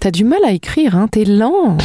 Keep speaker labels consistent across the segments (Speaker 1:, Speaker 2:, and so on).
Speaker 1: T'as du mal à écrire, hein, t'es lent.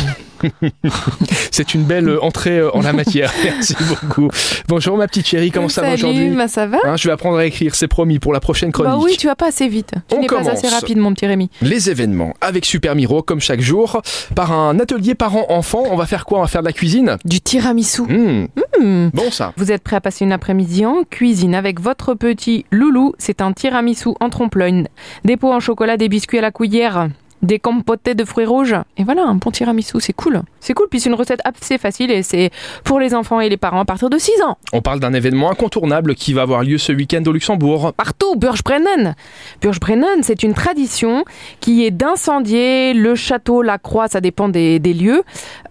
Speaker 2: C'est une belle euh, entrée euh, en la matière. Merci beaucoup. Bonjour ma petite chérie, comment ça va
Speaker 1: Salut,
Speaker 2: aujourd'hui
Speaker 1: bah, ça va
Speaker 2: Hein, Je vais apprendre à écrire, c'est promis pour la prochaine chronique.
Speaker 1: Bah oui, tu vas pas assez vite. Tu
Speaker 2: On
Speaker 1: n'es pas assez
Speaker 2: commence.
Speaker 1: rapide, mon petit Rémi.
Speaker 2: Les événements avec Super Miro comme chaque jour par un atelier parents-enfants. On va faire quoi On va faire de la cuisine.
Speaker 1: Du tiramisu.
Speaker 2: Hmm,
Speaker 1: Hmm.
Speaker 2: bon ça.
Speaker 1: Vous êtes prêt à passer une après-midi en cuisine avec votre petit loulou. C'est un tiramisu en trompe-l'œil. Des pots en chocolat, des biscuits à la cuillère, des compotés de fruits rouges. Et voilà, un bon tiramisu, c'est cool. C'est cool, puis c'est une recette assez facile et c'est pour les enfants et les parents à partir de 6 ans.
Speaker 2: On parle d'un événement incontournable qui va avoir lieu ce week-end au Luxembourg.
Speaker 1: partout, Burgebrennen. Burgebrennen, c'est une tradition qui est d'incendier le château, la croix, ça dépend des, des lieux,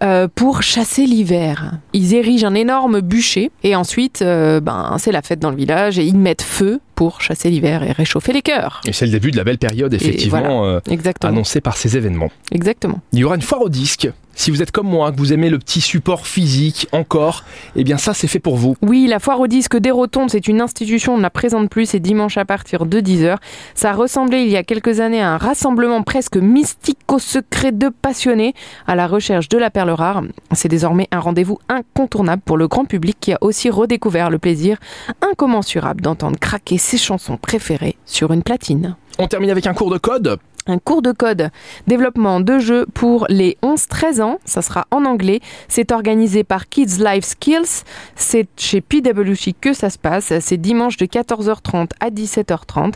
Speaker 1: euh, pour chasser l'hiver. Ils érigent un énorme bûcher et ensuite, euh, ben, c'est la fête dans le village et ils mettent feu pour chasser l'hiver et réchauffer les cœurs.
Speaker 2: Et c'est le début de la belle période, effectivement, euh,
Speaker 1: Exactement.
Speaker 2: annoncée par ces événements.
Speaker 1: Exactement.
Speaker 2: Il y aura une foire au disque. Si vous êtes comme moi, que vous aimez le petit support physique encore, eh bien ça c'est fait pour vous.
Speaker 1: Oui, la foire au disque des Rotondes, c'est une institution, on ne la présente plus, c'est dimanche à partir de 10h. Ça ressemblait il y a quelques années à un rassemblement presque mystico-secret de passionnés à la recherche de la perle rare. C'est désormais un rendez-vous incontournable pour le grand public qui a aussi redécouvert le plaisir incommensurable d'entendre craquer ses chansons préférées sur une platine.
Speaker 2: On termine avec un cours de code.
Speaker 1: Un cours de code développement de jeux pour les 11-13 ans, ça sera en anglais. C'est organisé par Kids Life Skills. C'est chez PWC que ça se passe. C'est dimanche de 14h30 à 17h30.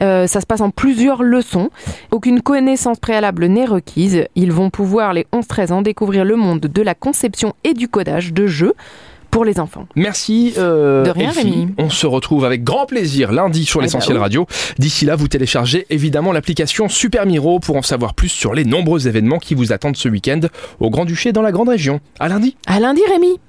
Speaker 1: Euh, ça se passe en plusieurs leçons. Aucune connaissance préalable n'est requise. Ils vont pouvoir, les 11-13 ans, découvrir le monde de la conception et du codage de jeux pour les enfants.
Speaker 2: Merci. euh,
Speaker 1: De rien,
Speaker 2: Elfie.
Speaker 1: Rémi.
Speaker 2: On se retrouve avec grand plaisir lundi sur
Speaker 1: Eh
Speaker 2: l'essentiel
Speaker 1: bah oui.
Speaker 2: radio. D'ici là, vous téléchargez évidemment l'application Super Miro pour en savoir plus sur les nombreux événements qui vous attendent ce week-end au Grand-Duché et dans la Grande Région. À lundi.
Speaker 1: À lundi, Rémi!